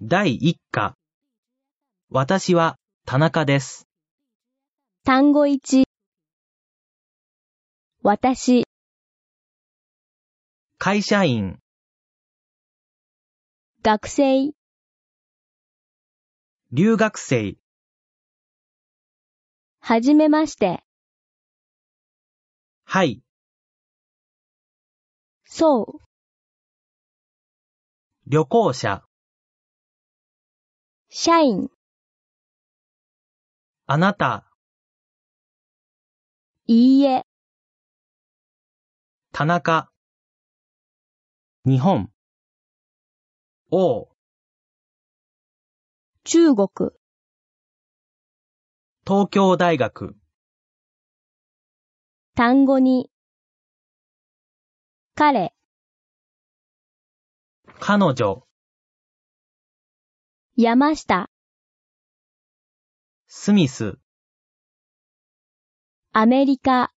第1課。私は田中です。単語1私、会社員、学生、留学生、はじめまして、はい、そう、旅行者、社員、あなた、いいえ、田中。日本。王、中国、東京大学、単語2彼、彼女、山下、スミス、アメリカ、